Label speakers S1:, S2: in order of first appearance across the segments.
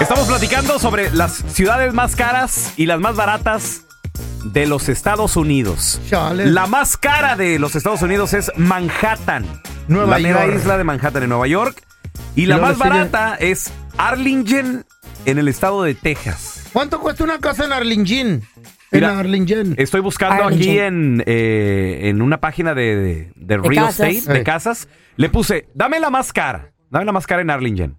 S1: Estamos platicando sobre las ciudades más caras y las más baratas de los Estados Unidos.
S2: Chale.
S1: La más cara de los Estados Unidos es Manhattan. la
S2: Nueva
S1: mera
S2: York.
S1: isla de Manhattan en Nueva York. Y la
S2: luego
S1: más
S2: sigue-
S1: barata es Arlington en el estado de Texas.
S2: ¿Cuánto cuesta una casa en Arlington? En
S1: Mira,
S2: Arlington.
S1: Estoy buscando
S3: Arlington.
S1: aquí en, eh, en una página de, de- de
S3: De
S1: real
S3: casas.
S1: estate, de
S2: Sí.
S1: casas. Le puse, dame la más cara. Dame la más cara en Arlington.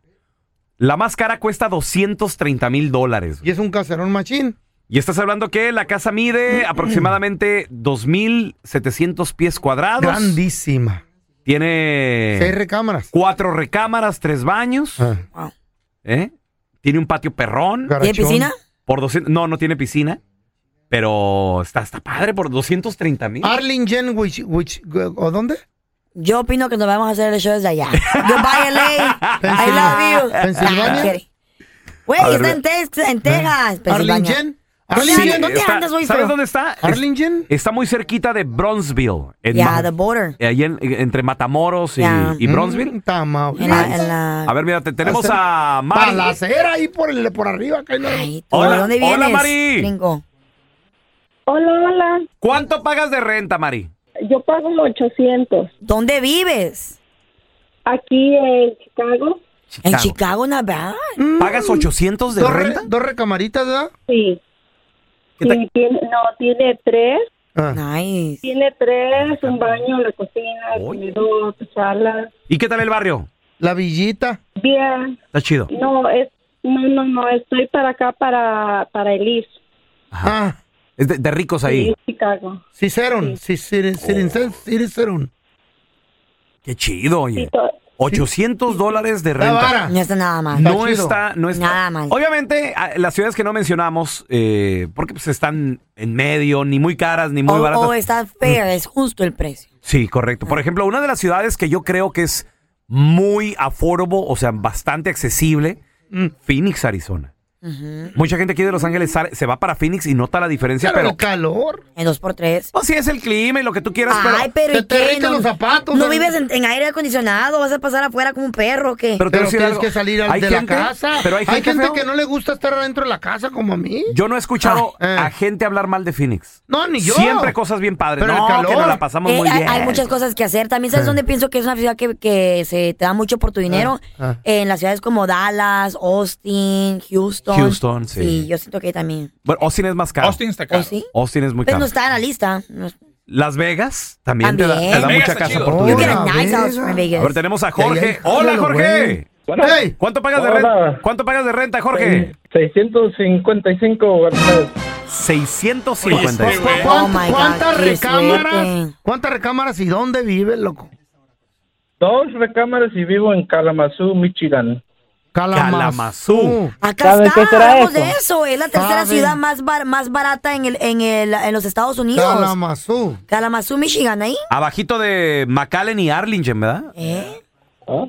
S1: La más cara cuesta 230 mil dólares.
S2: Y es un caserón machín.
S1: Y estás hablando que la casa mide aproximadamente 2.700 pies cuadrados.
S2: Grandísima. Seis
S1: Tiene
S2: recámaras.
S1: cuatro recámaras, tres baños.
S2: Ah,
S3: Wow.
S1: ¿eh? Tiene un patio perrón.
S2: garachón.
S3: ¿Tiene piscina?
S1: Por 200, no, no tiene piscina. Pero está, está padre por 230 mil.
S2: Ah, Arlington, which, which- ¿o dónde?
S3: Yo opino que nos vamos a hacer el show desde allá. Goodbye, LA. I love you.
S2: Pensilvania.
S3: Ah, ok. Güey,
S1: A ver,
S3: está en, Tex- en Texas, pues, Pensilvania.
S2: Arlington.
S3: Arlington.
S2: Arlington.
S3: ¿dónde andas, güey,
S1: ¿Sabes
S3: feo?
S1: dónde está? Es-
S2: Arlington.
S1: Está muy cerquita de Bronzeville. En
S3: Yeah,
S1: Ma- eh,
S3: the border.
S1: ahí en- entre Matamoros y,
S3: Ya.
S1: y Bronzeville.
S2: Mm, Tamaulipas.
S3: En la, en la-
S1: A ver, mira, te- tenemos
S2: Hacer-
S1: a Mari.
S2: Balacera ahí por, el, por arriba. acá en la-
S3: Ay, tú,
S1: Hola,
S3: ¿de dónde
S1: hola,
S3: vienes?
S1: Mari.
S3: gringo?
S4: Hola, hola.
S1: ¿Cuánto pagas de renta, Mari?
S4: Yo pago 800.
S3: ¿Dónde vives?
S4: Aquí en Chicago,
S3: En Chicago, Nevada.
S1: ¿Pagas 800 de
S2: Mm. Dos, re-
S1: renta?
S2: dos recamaritas, ¿verdad?
S4: sí.
S1: ¿Qué tal?
S4: Sí, tiene, no, tiene tres.
S2: Ah.
S3: Nice.
S4: Tiene tres, un baño, la cocina, el
S1: Oye.
S4: comedor, sala.
S1: ¿Y qué tal el barrio?
S2: La villita.
S4: Bien.
S1: Está chido.
S4: No, es, no, no, no, estoy para acá, para, para Elise.
S2: Ah,
S1: Es de, de ricos
S4: Sí,
S1: ahí.
S4: Chicago.
S2: Cicerón. Cicerón.
S1: Oh.
S2: Cicerón.
S1: Qué chido, oye.
S4: Sí, to-
S1: 800 dólares de
S2: La
S1: renta.
S2: vara.
S3: No Ah, está nada mal.
S2: Está
S1: Ah. No
S2: chido.
S1: está, no está.
S3: Nada mal.
S1: Obviamente, a- las ciudades que no mencionamos, eh, porque pues están en medio, ni muy caras, ni muy
S3: o,
S1: baratas.
S3: o Oh, está fair, es Ah. justo el precio.
S1: Sí, correcto. Por ejemplo, una de las ciudades que yo creo que es muy affordable, o sea, bastante accesible,
S2: Mm.
S1: Phoenix, Arizona. Mucha gente aquí de Los Ángeles sale- se va para Phoenix y nota la diferencia,
S2: Pero,
S1: pero...
S2: el calor.
S3: En dos por tres.
S1: Pues sí, es el clima y lo que tú quieras, pero...
S3: Ay, pero
S2: se
S3: ¿y
S2: te
S3: qué?
S2: irritan
S3: no,
S2: los zapatos,
S3: no
S2: el-
S3: vives en, en aire acondicionado, vas a pasar afuera como un perro, ¿o ¿qué?
S1: Pero, te voy a
S2: Pero
S1: decir
S2: tienes
S1: algo.
S2: que salir al-
S1: Hay
S2: de
S1: gente-
S2: la casa.
S1: Pero hay gente, feo.
S2: que no le gusta estar adentro de la casa como a mí.
S1: Yo no he escuchado
S2: Ah, eh.
S1: a gente hablar mal de Phoenix.
S2: No, ni yo.
S1: Siempre cosas bien padres.
S2: Pero el
S1: no, que
S2: calor.
S1: nos la pasamos
S3: Eh,
S1: muy
S3: hay-
S1: bien.
S3: Hay muchas cosas que hacer. También, ¿sabes
S2: Sí.
S3: dónde pienso que es una ciudad que, que se te da mucho por tu dinero?
S2: ah.
S3: En las ciudades como Dallas, Austin, Houston.
S1: Houston, sí.
S3: Sí, yo siento que también.
S1: Bueno, Austin es más caro. Austin,
S5: Austin está caro.
S3: ¿O sí?
S1: es muy
S3: Pues
S1: caro.
S3: no está en la lista. No es-
S1: Las Vegas también, te da-
S3: También.
S1: te da,
S3: Las
S5: Vegas
S1: mucha
S5: está
S1: casa
S5: chido.
S1: por tu
S3: You
S1: dinero.
S3: get a
S2: Hola,
S3: nice house
S2: Vega.
S3: from
S1: A
S3: Vegas.
S1: ver, tenemos a Jorge.
S2: Ay, ay,
S1: Hola,
S2: jálalo,
S1: Jorge.
S2: güey. Ey,
S1: ¿Cuánto pagas de
S6: Hola.
S1: renta? ¿Cuánto pagas de renta, Jorge?
S6: 655 Garcés.
S1: 650.
S5: Oye, sí, güey.
S3: Oh, my
S2: ¿cuántas-
S3: God,
S2: ¿Cuántas
S3: qué
S2: recámaras?
S3: suerte.
S2: ¿Cuántas recámaras y dónde vive, loco?
S6: Dos recámaras y vivo en Kalamazoo, Michigan.
S1: Kalamazoo.
S3: Acá
S6: ¿Saben
S3: está,
S6: qué será
S3: hablamos
S6: eso?
S3: de eso. Es la tercera
S2: ¿Saben?
S3: ciudad más, bar- más barata en, el, en, el, en los Estados Unidos.
S2: Kalamazoo.
S3: Kalamazoo, Michigan, ahí.
S1: Abajito de McAllen y Arlington, ¿verdad?
S3: ¿Eh?
S6: Ah.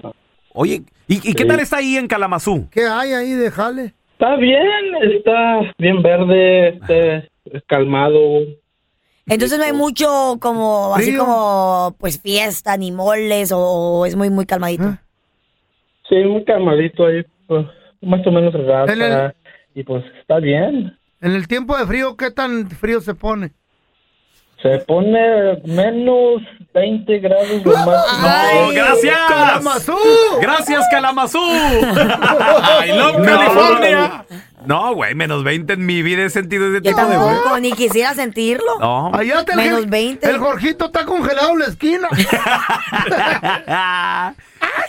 S1: Oye, ¿y, y qué tal está ahí en Kalamazoo?
S2: ¿Qué hay ahí de jale?
S6: Está bien, está bien verde, este, calmado.
S3: Entonces no hay mucho como, así
S2: Frío.
S3: como, pues fiesta, ni moles, o, o es muy, muy calmadito.
S2: Ah.
S6: Sí, muy calmadito ahí, pues, más o menos raza.
S2: En el-
S6: Y pues está bien.
S2: En el tiempo de frío, ¿qué tan frío se pone?
S6: Se pone menos 20 grados lo máximo.
S1: ¡No, Oh, gracias!
S2: ¡Kalamazoo!
S1: ¡Gracias, Kalamazoo! ¡I love California! No, güey, menos 20 en mi vida he sentido ese
S3: Yo
S1: tipo de güey.
S3: tampoco, ni quisiera sentirlo.
S1: No.
S2: Allá está el
S3: Menos
S2: Jer-
S3: 20.
S2: El Jorgito está congelado en la esquina.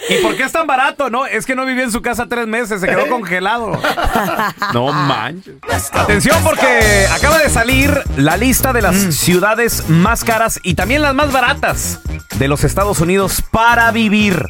S1: ¿Y por qué es tan barato? No, es que no vivió en su casa tres meses, se quedó congelado. No manches. Atención porque acaba de salir la lista de las ciudades más caras y también las más baratas de los Estados Unidos para vivir.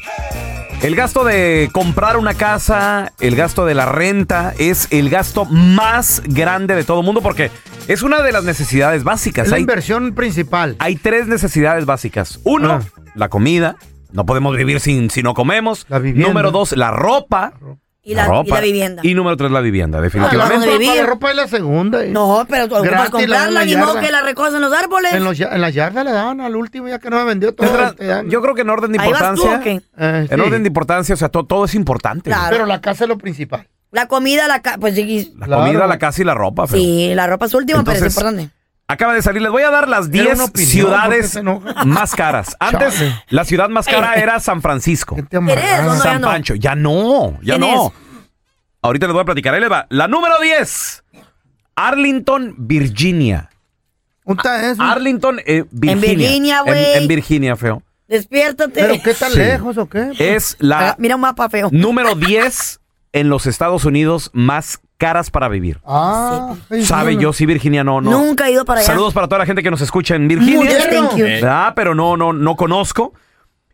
S1: El gasto de comprar una casa, el gasto de la renta, es el gasto más grande de todo el mundo porque es una de las necesidades básicas.
S2: Es la
S1: Hay-
S2: inversión principal.
S1: hay tres necesidades básicas. Uno,
S2: Ah.
S1: la comida. No podemos vivir sin si no comemos.
S2: La vivienda.
S1: Número dos, la ropa.
S3: Y la, y la vivienda.
S1: Y número tres, la vivienda,
S2: La
S3: Ah,
S1: definitivamente.
S2: ropa,
S3: ¿dónde vivir?
S2: la ropa es la segunda. eh.
S3: No, pero tú ocupas
S2: Gratis, la dan en
S3: comprarla,
S2: la
S3: ni modo
S2: yarda.
S3: que la recojas en los árboles.
S2: En, los, ya- en las yardas le daban al último, ya que no me vendió Ah, todo.
S1: Tendrá-
S2: te dan.
S1: yo creo que en orden de
S3: Ahí vas tú,
S1: importancia.
S3: ¿o qué?
S2: Eh,
S1: En
S2: sí.
S1: orden de importancia, o sea, to- todo es importante.
S3: Claro.
S2: Pero la casa es lo principal.
S3: La comida, la ca- pues sí,
S1: La
S2: Claro.
S1: comida, la casa y la ropa. Fer.
S3: sí, la ropa es última, pero es
S1: Entonces,
S3: importante.
S1: Acaba de salir, les voy a dar las
S2: Era
S1: 10
S2: una opinión, ¿por qué
S1: ciudades
S2: se enoja?
S1: más caras. Antes,
S2: Chale.
S1: la ciudad más cara
S3: Eh.
S1: era San Francisco.
S2: Gente
S3: ¿Eres o
S2: amarrada.
S3: no?
S1: San
S3: ya
S1: Pancho. Ya no, ya
S3: ¿Quién
S1: no. Ahorita les voy a platicar. Ahí les va. La número 10. Arlington, Virginia.
S3: Ah,
S2: Junta eso.
S1: Arlington, eh, Virginia.
S3: Virginia,
S1: En-
S3: güey.
S1: En, Virginia, feo.
S3: Despiértate.
S2: ¿Pero qué tan
S1: Sí.
S2: lejos o qué?
S1: Es
S3: Ah,
S1: la
S3: Mira un mapa feo.
S1: número 10 en los Estados Unidos más caras para vivir.
S2: Ah, sí,
S1: Sabe
S2: sí,
S1: yo si Virginia no, no.
S3: Nunca he ido para allá.
S1: Saludos para toda la gente que nos escucha en Virginia.
S3: Muchas thank you.
S1: Eh, Ah, pero no, no, no conozco.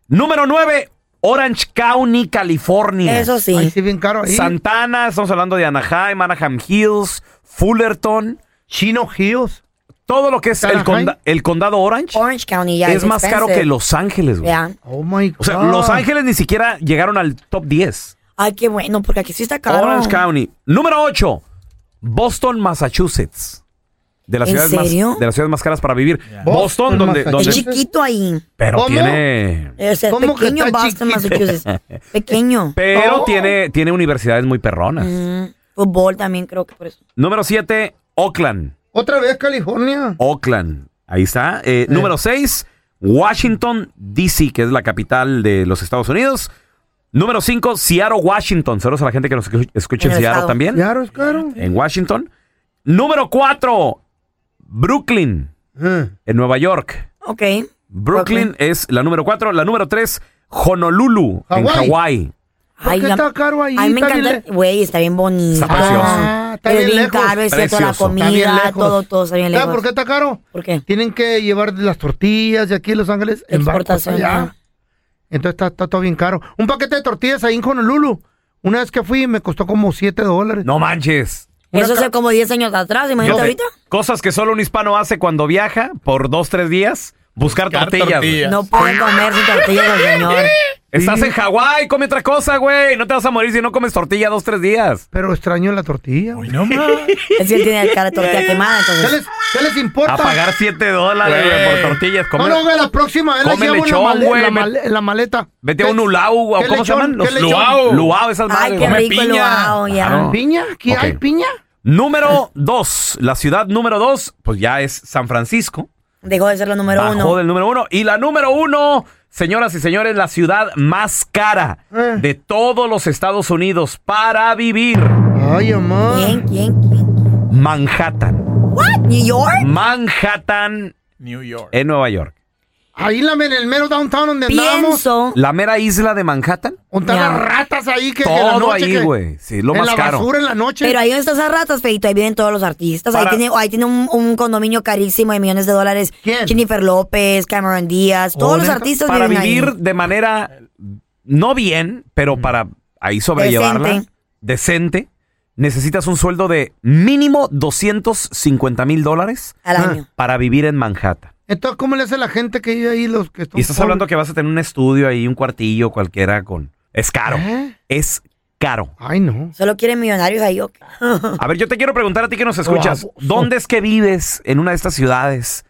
S1: Número 9, Orange County, California.
S3: Eso sí.
S2: Ay, sí, bien caro ahí.
S1: Santana, estamos hablando de Anaheim, Anaheim Hills, Fullerton.
S2: Chino Hills.
S1: Todo lo que es el,
S2: Anaheim.
S1: conda- el condado Orange
S3: Orange County ya
S1: es más caro
S3: expensive.
S1: que Los Ángeles, güey.
S3: Ya.
S2: Oh my God.
S1: O sea, Los Ángeles ni siquiera llegaron al top 10.
S3: Ay, qué bueno, porque aquí sí está caro.
S1: Orange County. Número 8, Boston, Massachusetts. De las,
S3: ¿En
S1: ciudades más,
S3: serio?
S1: de las ciudades más caras para vivir. Boston,
S2: Boston,
S1: donde,
S2: Massachusetts.
S1: donde-
S3: Es chiquito ahí.
S1: Pero
S2: ¿Cómo?
S1: tiene.
S3: Es
S2: ¿Cómo que
S3: pequeño
S2: está
S3: Boston,
S2: chiquito?
S3: Massachusetts. Pequeño.
S1: Pero
S2: Oh.
S1: tiene, tiene universidades muy perronas.
S3: Mm, fútbol también creo que por eso.
S1: Número 7, Oakland.
S2: Otra vez California.
S1: Oakland. Ahí está. Eh, Número 6, Washington, D.C., que es la capital de los Estados Unidos. Número 5, Seattle, Washington. Saludos a la gente que nos escu- escucha en,
S3: En el
S1: Seattle
S3: estado.
S1: también.
S2: Claro, es caro.
S1: En Washington. Número 4, Brooklyn,
S2: Eh.
S1: en Nueva York.
S3: Ok.
S1: Brooklyn, es la número 4. La número 3, Honolulu, en
S2: Hawái.
S1: Hawái.
S2: ¿Por qué está caro ahí?
S3: Ay, me
S2: Está bien
S3: encanta. Güey, está bien bonito.
S1: Está precioso.
S2: Ah, está
S3: Pero
S2: bien
S3: bien
S2: lejos.
S3: caro, es cierto, la
S1: Precioso.
S2: Está bien
S3: comida,
S2: lejos.
S3: todo, todo está bien lejos.
S2: ¿Sabes por qué está caro?
S3: ¿Por qué?
S2: Tienen que llevar las tortillas de aquí a Los Ángeles en barcos
S3: Exportación,
S2: allá.
S3: ajá.
S2: Entonces está, está todo bien caro. Un paquete de tortillas ahí en Honolulu. Una vez que fui me costó como 7 dólares.
S1: No manches.
S3: Eso hace como 10 años atrás, imagínate
S1: Yo-
S3: ahorita.
S1: Cosas que solo un hispano hace cuando viaja por dos, tres días, buscar, tortillas. güey.
S3: No pueden comer sin tortillas al señor.
S1: Estás en Hawái, come otra cosa, güey. No te vas a morir si no comes tortilla dos, tres días.
S2: Pero extraño la tortilla.
S3: Es que él tiene cara de tortilla quemada,
S2: ¿Qué
S3: entonces.
S2: les, qué les
S1: A
S2: importa?
S1: pagar siete dólares güey, por tortillas.
S2: No,
S1: Comer.
S2: no, güey, la próxima vez la
S1: come
S2: llevo en la,
S1: lechón,
S2: male-
S1: güey,
S2: la
S1: me-
S2: male- en la maleta.
S1: Vete a
S2: ¿Qué-
S1: un ulau, o
S2: qué
S1: ¿cómo se
S2: lechón?
S1: llaman?
S2: ¿Qué lechón?
S1: luau. Luau, esas
S3: Ay,
S1: madres.
S3: qué
S1: güey.
S3: rico el wow, ya.
S1: Claro.
S2: ¿Piña? ¿Aquí
S1: Ah, Ok.
S2: hay piña?
S1: Número dos, la ciudad número dos, pues ya es San Francisco.
S3: Dejó de ser la número
S1: bajó
S3: uno.
S1: del número uno. Y la número uno, señoras y señores, la ciudad más cara
S2: Eh.
S1: de todos los Estados Unidos para vivir.
S2: Ay, amor.
S3: ¿Quién, quién, quién?
S1: Manhattan.
S3: ¿What? ¿New York?
S1: Manhattan. New York. En Nueva York.
S2: Ahí en, la, en el mero downtown donde andábamos.
S3: Pienso.
S1: La mera isla de Manhattan.
S2: Juntar
S3: Ya.
S2: las ratas ahí que que en la
S1: Todo
S2: noche
S1: ahí,
S2: que-
S1: güey. Sí, lo
S2: en
S1: más
S2: la
S1: caro.
S2: basura en la noche.
S3: Pero ahí donde están esas ratas, Feito, ahí vienen todos los artistas.
S1: Para-
S3: Ahí tiene, ahí tiene un, un condominio carísimo de millones de dólares.
S2: ¿Quién?
S3: Jennifer López, Cameron Díaz, todos
S2: Oh,
S3: los
S2: ¿neta?
S3: artistas
S1: Para
S3: viven
S1: vivir
S3: ahí.
S1: de manera no bien, pero para ahí sobrellevarla decente,
S3: Decente.
S1: necesitas un sueldo de mínimo 250 mil dólares
S3: al
S2: Ah.
S3: año.
S1: para vivir en Manhattan.
S2: Entonces, ¿cómo le hace la gente que vive ahí los que están
S1: Y estás hablando que vas a tener un estudio ahí, un cuartillo cualquiera con... Es caro.
S2: ¿Eh?
S1: Es caro.
S2: Ay, no.
S3: Solo quieren millonarios ahí. ok.
S2: Oh,
S1: A ver, yo te quiero preguntar a ti que nos escuchas.
S2: Baboso.
S1: ¿Dónde es que vives en una de estas ciudades?